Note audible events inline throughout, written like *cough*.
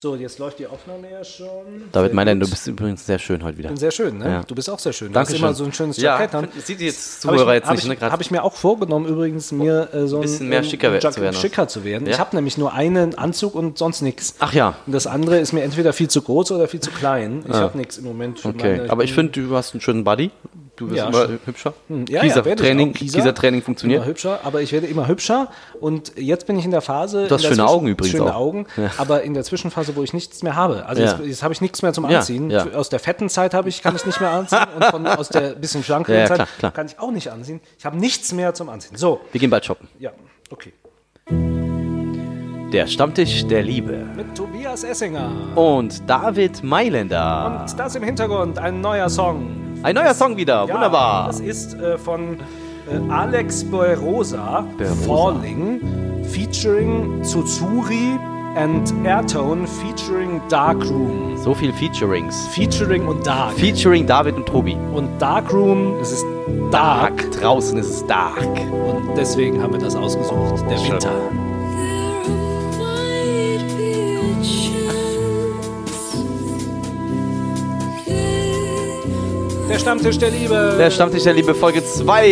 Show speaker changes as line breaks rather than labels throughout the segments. So, jetzt läuft die Aufnahme ja schon.
David
Sehr
meiner,
gut.
du bist übrigens sehr schön heute wieder.
Bin sehr schön, ne?
Ja.
Du bist auch sehr schön. Du hast
Dankeschön.
immer so ein schönes Jackett an.
find- sieht jetzt
Habe ich,
Zuhörer jetzt
hab
nicht,
ich,
ne?
hab
Gerade.
ich mir auch vorgenommen, übrigens, mir äh, so ein
bisschen mehr
ähm,
schicker we-
Jack-
zu werden. ne?
schicker zu werden.
Ja.
Ich habe nämlich nur einen Anzug und sonst nichts.
Ach ja,
Und das andere ist mir entweder viel zu groß oder viel zu klein. Ich habe nichts im Moment. Für
Ah. okay.
meine-
Aber ich finde, du hast einen schönen Buddy. Du bist
Ja,
immer
stimmt.
hübscher.
ja,
Kieser
ja, werde ich
Training,
auch. Kieser.
Kieser Training
immer
funktioniert.
hübscher, aber ich werde immer hübscher und jetzt bin ich in der Phase.
Du hast
in der
schöne
Zwischen-
Augen übrigens
Schöne
auch.
Augen, aber in der Zwischenphase, wo ich nichts mehr habe. Also
Ja.
jetzt, jetzt habe ich nichts mehr zum
Ja,
Anziehen.
ja.
Für- Aus der fetten Zeit habe ich, kann ich nicht mehr anziehen und von, aus der bisschen schlankeren
Ja, ja,
Zeit
klar, klar.
kann ich auch nicht anziehen. Ich habe nichts mehr zum Anziehen. So,
Wir gehen bald shoppen.
ja, okay.
Der Stammtisch der Liebe.
Mit Tobias Essinger.
Und David Mailänder.
Und das im Hintergrund, ein neuer Song.
Ein neuer Song wieder.
Ja,
Wunderbar.
Das ist äh, von äh, Alex Beurosa,
Beurosa.
Falling, featuring Tsuzuri and Airtone featuring Darkroom.
So viel Featurings.
Featuring und Dark.
Featuring David und Tobi.
und Darkroom, es ist dark
Draußen ist es dark.
und deswegen haben wir das ausgesucht, der
Schön.
Winter. Der Stammtisch der Liebe.
Der Stammtisch der Liebe Folge 2.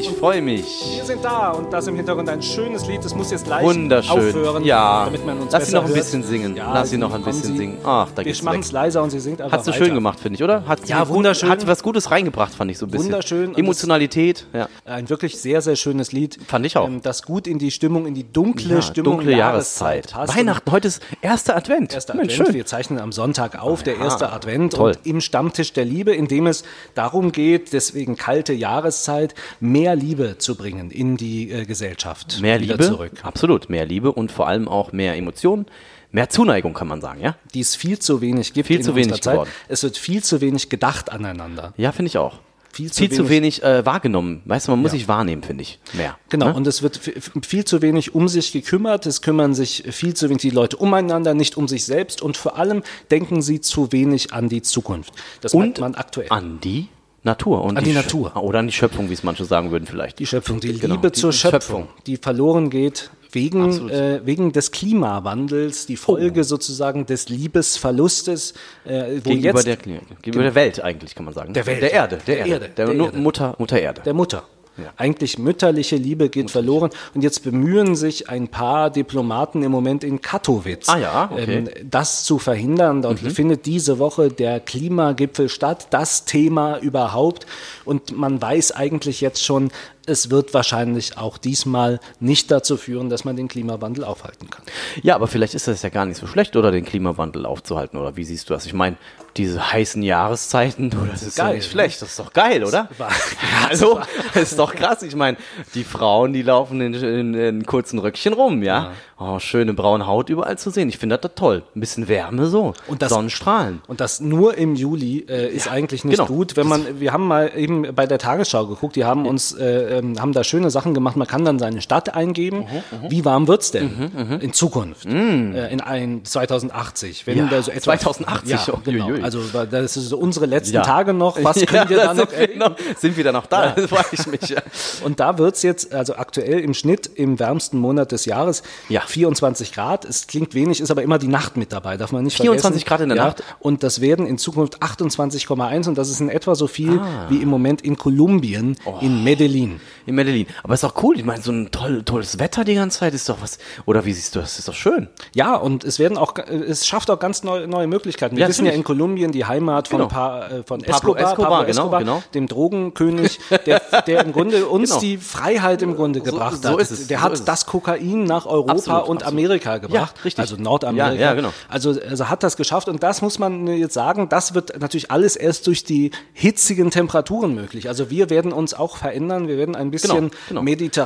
Ich freue mich.
wir sind da und das im Hintergrund ein schönes Lied. Das muss jetzt gleich
Wunderschön.
aufhören,
ja.
damit man uns
Lass sie
besser
noch ein
hört.
bisschen singen.
Ja,
Lass sie noch ein
kommen
bisschen
Sie.
singen. Ach, da
Wir
geht's
machen
weg.
es leiser und sie singt einfach
Hast du
weiter.
schön gemacht, finde ich, oder? Hat
Ja,
was gut-
wunderschön.
Hat was Gutes reingebracht, fand ich so ein bisschen.
Wunderschön und
Emotionalität. Ja.
Ein wirklich sehr, sehr schönes Lied.
Fand ich auch.
Ähm, Das gut in die Stimmung, in die dunkle
Ja,
Stimmung
dunkle
der
Jahreszeit.
passt.
Weihnachten, heute ist erster Advent.
Erster
Mensch,
Advent.
schön.
Wir zeichnen am Sonntag auf, der erste Advent
toll.
und im Stammtisch der Liebe, in dem es darum geht, deswegen kalte Jahreszeit, mehr Liebe zu bringen in die äh, Gesellschaft.
Mehr
wieder
Liebe.
zurück.
Absolut. Mehr Liebe und vor allem auch mehr Emotionen. Mehr Zuneigung, kann man sagen, ja?
Die es viel zu wenig gibt
Viel
in
zu
unserer
wenig
Zeit.
geworden.
Es wird viel zu wenig gedacht aneinander.
Ja, finde ich auch.
Viel zu
Viel zu wenig, äh, wahrgenommen. Weißt du, man muss sich wahrnehmen, finde ich. Mehr.
Genau,
Ne?
und es wird f- f- viel zu wenig um sich gekümmert, es kümmern sich viel zu wenig die Leute umeinander, nicht um sich selbst und vor allem denken sie zu wenig an die Zukunft. Das merkt
Und
man aktuell.
an die Natur. Und
An die
Schö-
Natur.
Oder an die Schöpfung, wie es manche sagen würden vielleicht.
Die Schöpfung, die
Genau,
Liebe
die
zur Schöpfung,
Schöpfung.
die verloren geht wegen,
Absolut. Oh.
äh, wegen des Klimawandels, die Folge sozusagen des Liebesverlustes, äh, wo
Gegenüber,
jetzt Genau.
der, Kli- gegenüber der Welt eigentlich, kann man sagen.
Der Welt.
Der Erde. Der,
Der
Erde.
Erde,
Der,
der
Nu-
Erde.
Mutter, Mutter Erde.
der Mutter. Eigentlich mütterliche Liebe geht verloren. Und jetzt bemühen sich ein paar Diplomaten im Moment in Katowice, ähm,
Ah ja, okay. Mhm.
das zu verhindern. Dort findet diese Woche der Klimagipfel statt, das Thema überhaupt. Und man weiß eigentlich jetzt schon, es wird wahrscheinlich auch diesmal nicht dazu führen, dass man den Klimawandel aufhalten kann.
Ja, aber vielleicht ist das ja gar nicht so schlecht, oder den Klimawandel aufzuhalten, oder wie siehst du das? Ich meine, diese heißen Jahreszeiten, du, das ist
geil,
doch nicht schlecht, das ist doch geil, oder? *laughs* Also, das ist doch krass. Ich meine, die Frauen, die laufen in, in, in kurzen Röckchen rum, ja? Oh, schöne braune Haut überall zu sehen. Ich finde das doch toll. Ein bisschen Wärme so.
Und das-
Sonnenstrahlen.
Und das nur im Juli äh, ist eigentlich nicht
genau.
gut. Wenn man, wir haben mal eben bei der Tagesschau geguckt, die haben uns, äh, ähm, haben da schöne Sachen gemacht. Man kann dann seine Stadt eingeben.
Mhm,
Wie warm wird's denn in Zukunft? Äh, in ein 2080. Wenn
Ja,
da so etwas,
2080,
Ja,
oh,
genau.
uiui.
Also weil das ist so unsere letzten
Ja.
Tage noch. Was
*laughs* Ja, genau.
können wir da noch?
sind, wir noch sind wir da noch da? Das frage ich mich. Ja.
Und da wird's jetzt, also aktuell im Schnitt im wärmsten Monat des Jahres,
Ja.
24 Grad. Es klingt wenig, ist aber immer die Nacht mit dabei, darf man nicht
24
vergessen.
Grad in der Nacht?
Und das werden in Zukunft 28,1 und das ist in etwa so viel
Ah.
wie im Moment in Kolumbien,
Oh.
in Medellin.
In Medellin. Aber ist doch cool. Ich meine, so ein toll, tolles Wetter die ganze Zeit ist doch was. Oder wie siehst du das? Ist doch schön.
Ja, und es werden auch, äh, es schafft auch ganz neue, neue Möglichkeiten. Wir
Ja,
wissen ja
natürlich.
in Kolumbien die Heimat von,
Genau.
pa, äh, von
Pablo
Escobar,
Escobar,
Pablo
genau,
Escobar
genau.
dem
*laughs*
Drogenkönig, der, der im Grunde uns
Genau.
die Freiheit im Grunde gebracht
so
hat.
ist es,
der
so
hat
ist es.
das Kokain nach Europa
Absolut,
und
absolut.
Amerika gebracht,
richtig.
also Nordamerika.
Ja, ja, genau.
also, also hat das geschafft und das muss man jetzt sagen, das wird natürlich alles erst durch die hitzigen Temperaturen möglich. Also wir werden uns auch verändern, wir werden ein bisschen mediterraner
genau.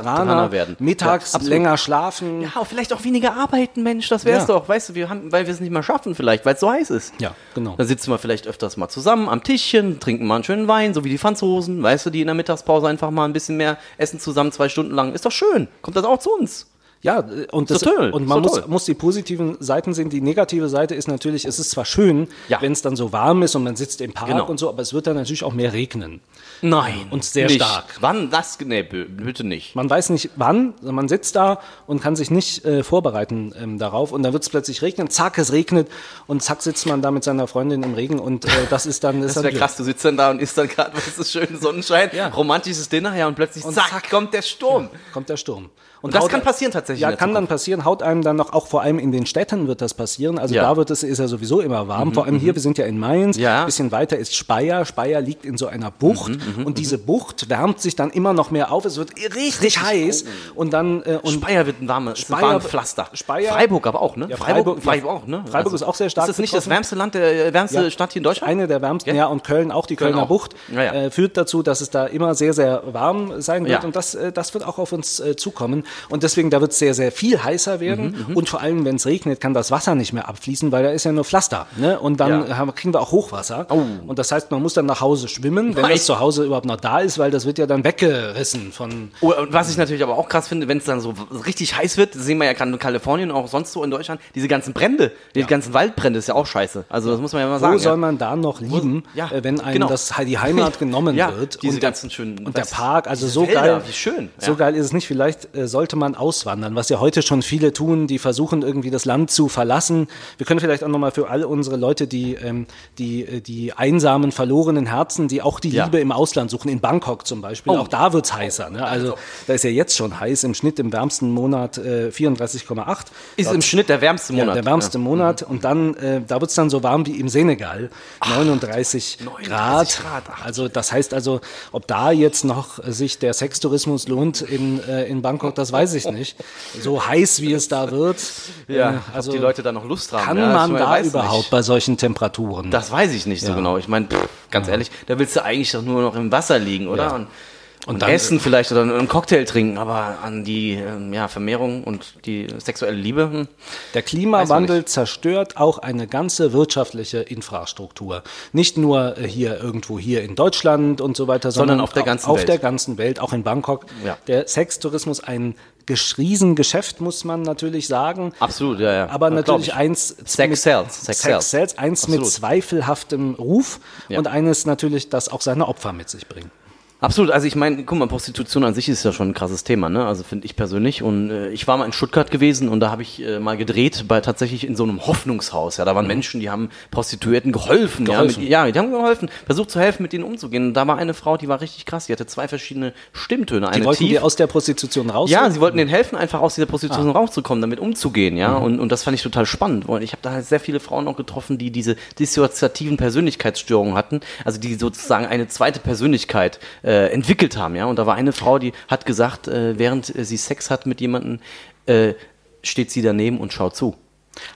Mediterraner werden.
mittags
Ja, absolut.
länger schlafen.
Ja, vielleicht auch weniger arbeiten, Mensch, das wär's
Ja.
doch. Weißt du, wir haben, weil wir es nicht mehr schaffen, vielleicht, weil es so heiß ist.
Ja, genau.
Dann sitzen wir vielleicht öfters mal zusammen am Tischchen, trinken mal einen schönen Wein, so wie die Franzosen, weißt du, die in der Mittagspause einfach mal ein bisschen mehr essen zusammen, zwei Stunden lang. Ist doch schön. Kommt das auch zu uns?
Ja, äh, und, das,
So toll,
und man
so
muss,
toll.
muss die positiven Seiten sehen. Die negative Seite ist natürlich, es ist zwar schön,
Ja.
wenn es dann so warm ist und man sitzt im Park
Genau.
und so, aber es wird dann natürlich auch mehr regnen.
Nein.
Und sehr
nicht.
stark.
Wann das? Nee, b- bitte nicht.
Man weiß nicht wann, man sitzt da und kann sich nicht äh, vorbereiten ähm, darauf und dann wird es plötzlich regnen, zack, es regnet und zack sitzt man da mit seiner Freundin im Regen und äh, das ist dann... ist
Das wäre
dann
krass, du sitzt dann da und isst dann gerade, *laughs* was ist schön, Sonnenschein, romantisches Dinner, ja, und plötzlich, zack, kommt der Sturm.
kommt der Sturm.
Und das
haut-
kann passieren tatsächlich
Ja,
in der
kann dann passieren, haut einem dann noch, auch vor allem in den Städten wird das passieren. Also
Ja. Mhm,
da wird es, ist ja sowieso immer warm. vor allem hier, wir sind ja in Mainz,
Ja. Mhm,
ein bisschen weiter ist Speyer. Speyer liegt in so einer Bucht und diese Bucht wärmt sich dann immer noch mehr auf. Es wird richtig, heiß und dann, äh, und
Speyer wird ein warmes, ist ein
Speyer-
warmes Pflaster.
Speyer-
Freiburg aber auch, ne?
Ja,
Freiburg,
Freiburg- ja,
auch, ne?
Freiburg ist auch sehr stark
Ist das nicht das
betroffen.
wärmste Land, der äh, wärmste
Ja.
Stadt hier in Deutschland?
Eine der wärmsten, ja, und Köln auch, die
Köln
Kölner
auch.
Bucht,
Ja, ja.
Äh, führt dazu, dass es da immer sehr, sehr warm sein wird
Ja.
und das, äh, das wird auch auf uns äh, zukommen. Und deswegen, da wird es sehr, sehr viel heißer werden
Mhm,
und vor allem, wenn es regnet, kann das Wasser nicht mehr abfließen, weil da ist ja nur Pflaster. Ne? Und dann
Ja.
haben, kriegen wir auch Hochwasser. Und das heißt, man muss dann nach Hause schwimmen, wenn
Nein.
das zu Hause überhaupt noch da ist, weil das wird ja dann weggerissen von
Oh, und was ich natürlich aber auch krass finde, wenn es dann so w- richtig heiß wird, das sehen wir ja gerade in Kalifornien und auch sonst so in Deutschland, diese ganzen Brände, die ganzen Waldbrände ist ja auch scheiße. Also das muss man ja mal
Wo
sagen.
soll
ja.
man da noch lieben,
ja,
äh, wenn einem
genau.
das, die
*laughs*
Heimat genommen
Ja,
wird?
diese
und der-
ganzen schönen-
Und der
weißt du,
Park, also
diese
so
Felder,
geil.
wie schön,
So
ja.
geil ist es nicht. Vielleicht äh, sollte man auswandern, was ja heute schon viele tun, die versuchen irgendwie das Land zu verlassen. Wir können vielleicht auch nochmal für alle unsere Leute, die, ähm, die, äh, die einsamen, verlorenen Herzen, die auch die
Ja. Oh.
Liebe im Ausland suchen, in Bangkok zum Beispiel, auch da wird's heißer. Ne? Also da ist ja jetzt schon heiß, im Schnitt im wärmsten Monat äh, 34,8.
ist
Laut
im Schnitt der wärmste Monat. Mhm.
ja, der wärmste Monat. Und dann, äh, da wird es dann so warm wie im Senegal. 39,
39
Grad.
Grad, ach.
also das heißt also, ob da jetzt noch äh, sich der Sextourismus lohnt in, äh, in Bangkok, das weiß ich nicht. So heiß, wie es da wird.
Ja,
äh,
ja,
also
ob die Leute da noch Lust haben.
kann
ja,
man
ich
da
weiß
überhaupt
Nicht.
bei solchen Temperaturen?
Das weiß ich nicht so genau. Ich meine, pff, ganz ehrlich, da willst du eigentlich doch nur noch im Wasser liegen, oder?
Ja.
Und, und, äh,
dann-
essen vielleicht oder einen Cocktail trinken, aber an die ähm, ja, Vermehrung und die sexuelle Liebe. Hm.
Der
Weiß man
Klimawandel zerstört auch eine ganze wirtschaftliche Infrastruktur. Nicht nur äh, hier irgendwo hier in Deutschland und so weiter, sondern,
auf der ganzen
auf
Welt.
der ganzen Welt, auch in Bangkok.
Ja.
Der Sextourismus ein gesch- Riesengeschäft, muss man natürlich sagen.
Absolut, ja, ja.
Aber
Ja, glaub
natürlich
ich.
eins
Sex
mit-
sells, Sex
Sex
sells.
sells. eins mit
Absolut.
zweifelhaftem Ruf
Ja.
und eines natürlich, das auch seine Opfer mit sich bringt.
Absolut, also ich meine, guck mal, Prostitution an sich ist ja schon ein krasses Thema, ne? Also finde ich persönlich. Und äh, ich war mal in Stuttgart gewesen und da habe ich äh, mal gedreht bei tatsächlich in so einem Hoffnungshaus. Ja, da waren Menschen, die haben Prostituierten Mhm. geholfen.
Geholfen.
Ja, mit, ja, die haben geholfen, versucht zu helfen, mit denen umzugehen. Und da war eine Frau, die war richtig krass. Die hatte zwei verschiedene Stimmtöne. Eine
Die wollten
tief,
die aus der Prostitution raus?
ja, sie wollten denen helfen, einfach aus dieser Prostitution rauszukommen, damit umzugehen, ja. Und, und das fand ich total spannend. Und ich habe da halt sehr viele Frauen auch getroffen, die diese dissoziativen Persönlichkeitsstörungen hatten, also die sozusagen eine zweite Persönlichkeit äh, entwickelt haben, ja. Und da war eine Frau, die hat gesagt, äh, während äh, sie Sex hat mit jemandem, äh, steht sie daneben und schaut zu.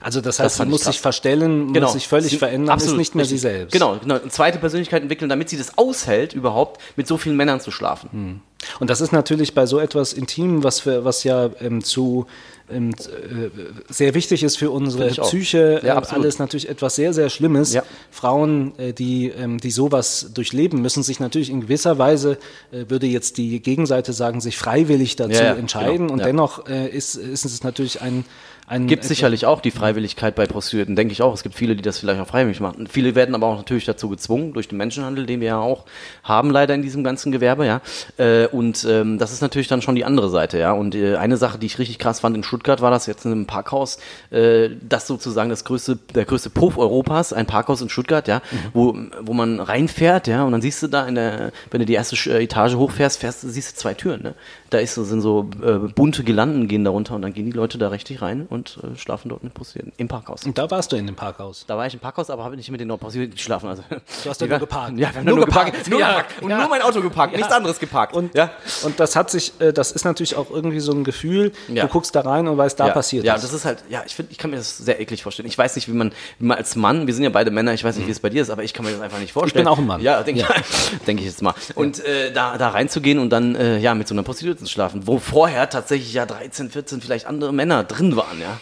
Also das
Das
heißt,
fand
sie
ich
muss
krass. Genau.
sich verstellen, muss sich völlig
Sie-
verändern, ist nicht mehr
richtig.
sie selbst.
Genau, genau. Eine zweite Persönlichkeit entwickeln, damit sie das aushält, überhaupt mit so vielen Männern zu schlafen.
Und das ist natürlich bei so etwas Intimem, was, wir, was ja ähm, zu ähm, z- äh, sehr wichtig ist für unsere
Finde ich auch.
Psyche,
Ja,
äh,
absolut.
alles natürlich etwas sehr, sehr Schlimmes.
Ja.
Frauen, äh, die, ähm, die sowas durchleben, müssen sich natürlich in gewisser Weise, äh, würde jetzt die Gegenseite sagen, sich freiwillig dazu
Ja, ja,
entscheiden.
genau,
Und
ja.
dennoch äh, ist, ist es natürlich ein... ein
Gibt
etwas-
sicherlich auch die Freiwilligkeit bei Prostituierten, denke ich auch. Es gibt viele, die das vielleicht auch freiwillig machen. Viele werden aber auch natürlich dazu gezwungen durch den Menschenhandel, den wir ja auch haben leider in diesem ganzen Gewerbe, ja. Äh, Und ähm, das ist natürlich dann schon die andere Seite, ja. Und äh, eine Sache, die ich richtig krass fand in Stuttgart, war das jetzt in einem Parkhaus, äh, das sozusagen das größte, der größte Puff Europas, ein Parkhaus in Stuttgart, ja,
Mhm.
wo, wo man reinfährt, ja, und dann siehst du da in der, wenn du die erste Sch- äh, Etage hochfährst, fährst, du- siehst du zwei Türen, ne? Da ist, so- sind so äh, bunte Girlanden gehen da runter und dann gehen die Leute da richtig rein und äh, schlafen dort mit Prostituierten im Parkhaus.
Und da warst du in dem Parkhaus.
Da war ich im Parkhaus, aber habe nicht mit den Prostituierten geschlafen. Also.
Du hast ja
Die
nur
war-
geparkt.
Ja, wir haben
Nur
nur, geparkt.
geparkt.
Nur
Ja,
geparkt. Und
ja.
nur mein Auto geparkt,
Ja.
nichts anderes geparkt.
Und,
ja.
und das hat sich, äh, das ist natürlich auch irgendwie so ein Gefühl,
Ja.
du guckst da rein und weißt, da
ja.
passiert
Ja,
es.
das ist halt, ja, ich finde, ich kann mir das sehr eklig vorstellen. Ich weiß nicht, wie man, wie man als Mann, wir sind ja beide Männer, ich weiß nicht, wie es bei dir ist, aber ich kann mir das einfach nicht vorstellen.
Mhm. auch ein Mann.
Ja, denke
Ja.
ich, denk ich jetzt mal. *laughs* Und äh, da, da reinzugehen und dann äh, ja mit so einer Prostituierten zu schlafen, wo vorher tatsächlich ja 13, 14 vielleicht andere Männer drin waren, ja.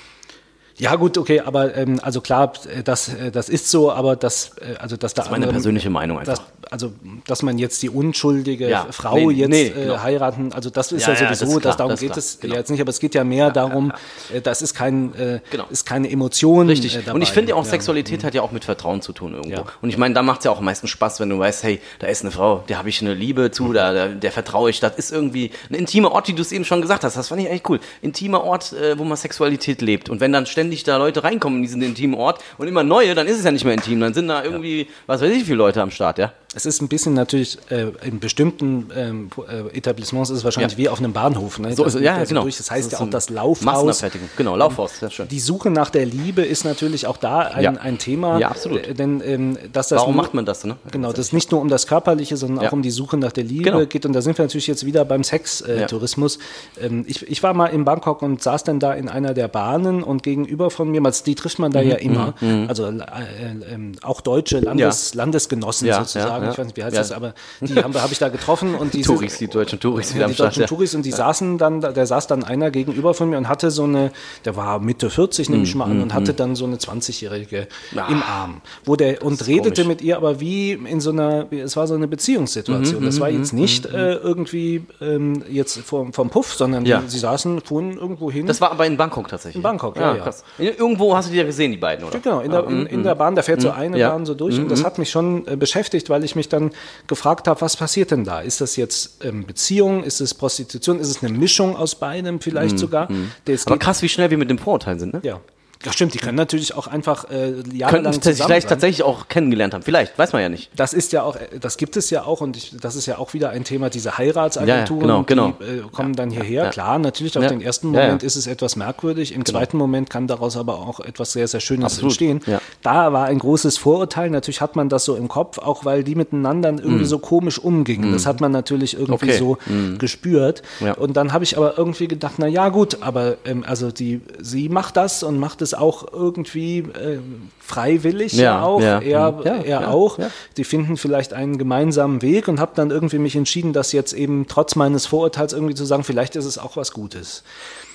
Ja gut, okay, aber ähm, also klar, äh, das, äh, das ist so, aber das, äh, also dass da
Meine
andere-
persönliche Meinung einfach.
dass also dass man jetzt die unschuldige
Ja,
Frau
nee,
jetzt
nee,
äh,
genau.
heiraten, also das ist
Ja,
ja,
ja, das
sowieso,
ist klar,
dass darum
das ist
geht
klar,
es
genau.
ja jetzt nicht, aber es geht ja mehr darum, äh, das ist kein, äh,
Genau.
ist keine Emotion
Richtig.
äh, dabei.
und ich finde ja auch,
ja. Mhm.
Sexualität hat ja auch mit Vertrauen zu tun irgendwo.
Ja.
Und ich meine, da macht es ja auch am meisten Spaß, wenn du weißt, hey, da ist eine Frau, der habe ich eine Liebe zu, da, da, der vertraue ich. Das ist irgendwie ein intimer Ort, wie du es eben schon gesagt hast. Das fand ich eigentlich cool. Intimer Ort, äh, wo man Sexualität lebt. Und wenn dann ständig da Leute reinkommen in diesen intimen Ort und immer neue, dann ist es ja nicht mehr intim. Dann sind da irgendwie, was weiß ich, wie viele Leute am Start, ja?
Es ist ein bisschen natürlich, äh, in bestimmten ähm, äh, Etablissements ist es wahrscheinlich
Ja.
wie auf einem Bahnhof. Ne? Da geht so Durch. Das heißt
genau. ist
ja
ein
auch das Laufhaus.
Massenabfertigung. Genau, Laufhaus, sehr schön.
Die Suche nach der Liebe ist natürlich auch da ein,
Ja.
ein Thema.
Ja, absolut.
Äh, Denn ähm, dass das
Warum
nur-
macht man das, ne?
Genau, das nicht nur um das Körperliche, sondern
Ja.
auch um die Suche nach der Liebe
Genau.
geht. Und da sind wir natürlich jetzt wieder beim Sextourismus. Äh,
Ja.
Tourismus. ähm, ich, ich war mal in Bangkok und saß dann da in einer der Bahnen und gegenüber von mir, man- die trifft
Mhm,
man da ja immer, also äh, äh, ähm, auch deutsche Landes, Landesgenossen
Ja,
sozusagen,
ja, ja.
ich weiß nicht, wie heißt
Ja.
das, aber die habe hab ich da getroffen und die
Touris, die deutschen Touris wieder
ja,
am
die
Start.
deutschen
ja.
Touris und die saßen dann, da- der saß dann einer gegenüber von mir und hatte so eine, der war Mitte 40, nehme
Mhm,
ich mal an, und hatte dann so eine 20-Jährige im Arm. Wo der, und redete
Ah, komisch.
mit ihr aber wie in so einer, wie- es war so eine Beziehungssituation.
Mhm,
das war jetzt nicht äh, irgendwie ähm, jetzt vom, vom Puff, sondern
Ja.
sie saßen, fuhren irgendwo hin.
Das war aber in Bangkok tatsächlich. In
Bangkok, ja, ja.
Krass. Irgendwo hast du die ja gesehen, die beiden, oder?
Genau, in der, in, in der Bahn, da fährt so eine
Mhm. Ja. Mhm.
Bahn so durch und das hat mich schon äh, beschäftigt, weil ich mich dann gefragt habe, was passiert denn da? Ist das jetzt ähm, Beziehung, ist es Prostitution, ist es eine Mischung aus beidem vielleicht sogar? Das
Mhm. Aber
geht-
krass, wie schnell wir mit dem Vorurteilen sind, ne?
ja. ja, stimmt, die können natürlich auch einfach äh,
Könnten
jahrelang
uns tatsächlich-
zusammen
vielleicht
sein.
tatsächlich auch kennengelernt haben. Vielleicht, weiß man ja nicht.
Das ist ja auch, äh, das gibt es ja auch und ich, das ist ja auch wieder ein Thema, diese Heiratsagenturen,
Ja, ja, genau,
die äh, kommen dann hierher.
ja.
Klar, natürlich auf
Ja.
den ersten
Ja, ja.
Moment ist es etwas merkwürdig, im zweiten Moment kann daraus aber auch etwas sehr, sehr Schönes
Absolut,
entstehen.
ja.
Da war ein großes Vorurteil, natürlich hat man das so im Kopf, auch weil die miteinander irgendwie so komisch umgingen. Das hat man natürlich irgendwie
Mm. Okay. Mm.
so gespürt.
Ja.
Und dann habe ich aber irgendwie gedacht, na ja, gut, aber ähm, also die, sie macht das und macht es auch irgendwie äh, freiwillig ja,
Ja,
auch,
ja,
er,
ja,
er
ja,
auch.
ja.
Die finden vielleicht einen gemeinsamen Weg und habe dann irgendwie mich entschieden, das jetzt eben trotz meines Vorurteils irgendwie zu sagen, vielleicht ist es auch was Gutes.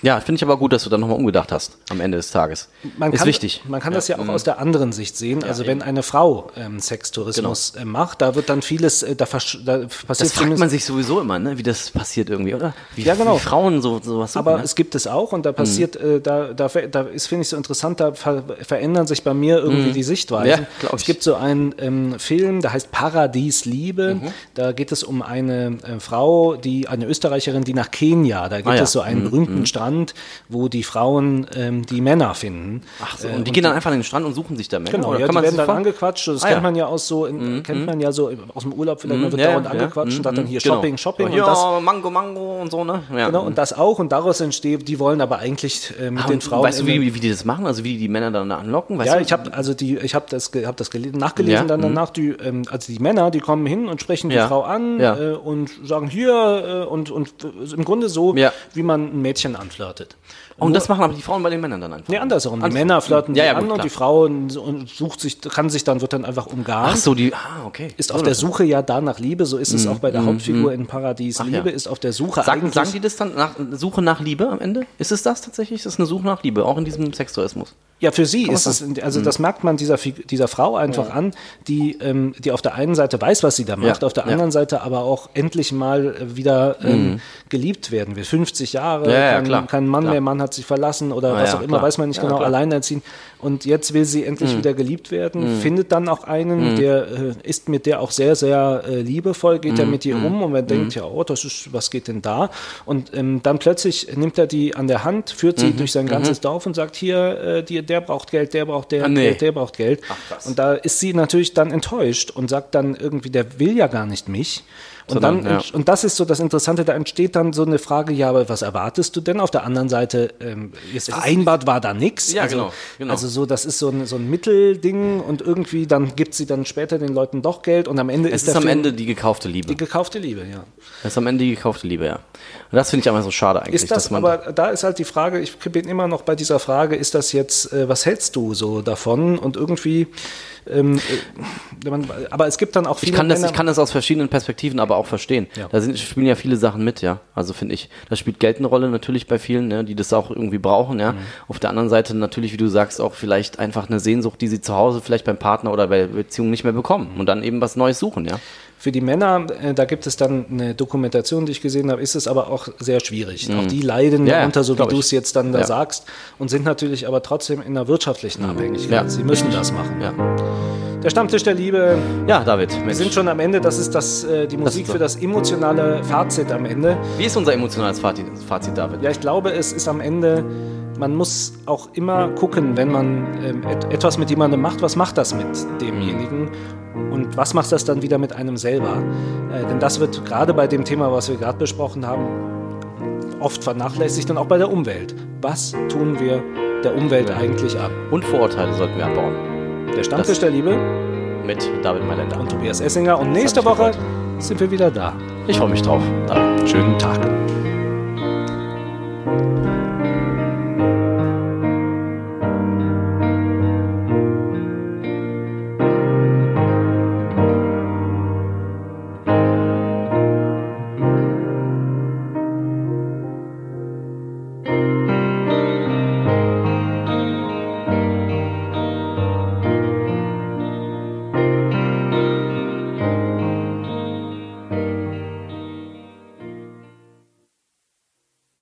Ja, finde ich aber gut, dass du da nochmal umgedacht hast am Ende des Tages.
Man
ist
kann,
wichtig. Mhm.
Man kann das ja auch aus der anderen Sicht sehen. also wenn eine Frau ähm, Sextourismus äh, macht, da wird dann vieles, äh, da, versch- da passiert
Genau. Das fragt
zumindest-
man sich sowieso immer, ne? wie das passiert irgendwie, oder? Wie,
Ja, genau.
wie Frauen so, sowas suchen,
Aber
ne?
es gibt es auch und da passiert, äh, da, da, ver- da ist, finde ich, so interessant, da ver verändern sich bei mir irgendwie die Sichtweisen.
Mhm. Ja, glaub ich.
Es gibt so einen ähm, Film, der heißt Paradies Liebe.
Mhm.
Da geht es um eine äh, Frau, die, eine Österreicherin, die nach Kenia, da gibt
Ah, ja.
es so einen berühmten Strand, wo die Frauen ähm, die Männer finden. Äh,
Ach so, und die gehen dann einfach an den Strand und suchen sich da Männer.
Genau,
oder?
ja,
kann
die
man
werden
sich
dann
vor-
angequatscht. Das
Ah,
kennt
ja.
man ja aus so, in, kennt man ja so aus dem Urlaub vielleicht, man wird
Ja,
dauernd
ja, Mhm. Genau.
angequatscht und hat dann hier Shopping, Shopping
Ja,
und das.
Mango, Mango und so, ne? Ja.
Genau, und das auch. Und daraus entsteht, die wollen aber eigentlich äh, mit
Ah,
den
und
Frauen.
weißt du,
in den-
wie, wie die das machen? Also wie die die Männer dann da anlocken? Weißt
ja,
du?
ich habe also die, ich habe das, ge- hab das gele- nachgelesen
Ja, Mhm.
dann danach. Die, ähm, also die Männer, die kommen hin und sprechen die
Ja,
Frau an
ja.
äh, und sagen hier äh, und und äh, im Grunde so,
Ja.
wie man ein Mädchen anflirtet.
Und das machen aber die Frauen bei den Männern dann einfach. ne?
Nee, andersherum. Die Männer flirten
Ja,
die
ja,
an
gut,
und
klar.
die Frau n- so- und sucht sich, kann sich dann, wird dann einfach umgarnt.
Ach so, Mhm. die. Ah, okay.
Ist
So,
auf der
das-
Suche ja da nach Liebe, so ist es auch bei der Hauptfigur in Paradies
ja.
Liebe, ist auf der Suche
Sagen,
eigentlich.
sagen die das dann nach Suche nach Liebe am Ende? Ist es das tatsächlich? Ist es eine Suche nach Liebe, auch in diesem Sextourismus?
Ja, für sie ist es,
Mhm.
also das merkt man dieser, Fig- dieser Frau einfach an, die, ähm, die auf der einen Seite weiß, was sie da macht,
Ja,
auf der
ja. Mhm.
anderen Seite aber auch endlich mal äh, wieder ähm, geliebt werden will. 50 Jahre,
Ja, ja,
kein,
klar,
kein Mann
klar.
mehr, Mann hat sich verlassen oder was
ja,
auch immer,
klar.
weiß man nicht
Ja,
genau,
klar. Mhm.
alleinerziehend. Und jetzt will sie endlich wieder geliebt werden, findet dann auch einen, der äh, ist mit der auch sehr, sehr äh, liebevoll, geht ja
Mhm.
mit ihr um und man denkt, ja, oh, das ist, was geht denn da? Und ähm, dann plötzlich nimmt er die an der Hand, führt
Mhm.
sie durch sein ganzes Dorf und sagt, hier, äh, die, der braucht Geld, der braucht der,
Ah, nee.
Geld, der braucht Geld.
krass.
und da ist sie natürlich dann enttäuscht und sagt dann irgendwie, der will ja gar nicht mich. Und,
Sondern,
dann,
ja.
und das ist so das Interessante, da entsteht dann so eine Frage, ja, aber was erwartest du denn? Auf der anderen Seite, ähm, jetzt vereinbart war da nichts.
Ja,
also,
genau, genau.
Also so, das ist so ein, so ein Mittelding und irgendwie dann gibt sie dann später den Leuten doch Geld und am Ende ist,
Es ist,
der
am
Film
Ende die gekaufte Liebe.
die gekaufte Liebe, ja.
Es ist am Ende die gekaufte Liebe, ja. Und das finde ich aber so schade eigentlich,
Ist das,
dass man.
aber da ist halt die Frage, ich bin immer noch bei dieser Frage, ist das jetzt, äh, was hältst du so davon? Und irgendwie, ähm, äh, man, aber es gibt dann auch viele
ich kann, das,
Männer-
ich kann das aus verschiedenen Perspektiven aber auch verstehen.
Ja.
Da sind, spielen ja viele Sachen mit, ja. Also finde ich, das spielt Geld eine Rolle natürlich bei vielen, ne, die das auch irgendwie brauchen,
Mhm.
ja. Auf der anderen Seite natürlich, wie du sagst, auch vielleicht
Mhm.
einfach eine Sehnsucht, die sie zu Hause vielleicht beim Partner oder bei Beziehungen nicht mehr bekommen und dann eben was Neues suchen, ja.
Für die Männer, äh, da gibt es dann eine Dokumentation, die ich gesehen habe, ist es aber auch sehr schwierig. Auch die leiden
Mhm. Ja, ja,
darunter, so wie
glaub
du
ich.
es jetzt dann da
Ja. Mhm.
sagst, und sind natürlich aber trotzdem in einer wirtschaftlichen Abhängigkeit.
Ja.
Sie müssen das machen.
Ja,
Der Stammtisch der Liebe,
ja David,
wir
Mensch.
sind schon am Ende. Das ist das, äh, die Musik
ist so.
für das emotionale Fazit am Ende.
wie ist unser emotionales Fazit, Fazit David?
Ja, ich glaube, es ist am Ende, man muss auch immer gucken, wenn man ähm, et etwas mit jemandem macht, was macht das mit demjenigen und was macht das dann wieder mit einem selber? Äh, denn das wird gerade bei dem Thema, was wir gerade besprochen haben, oft vernachlässigt und auch bei der Umwelt. Was tun wir der Umwelt eigentlich an?
Und Vorurteile sollten wir abbauen.
Der Stammtisch
Das-
der Liebe
Mit David Mailänder.
und Tobias Essinger und nächste
hat mich
Woche sind wir wieder da.
Ich freue mich drauf. David.
Schönen Tag.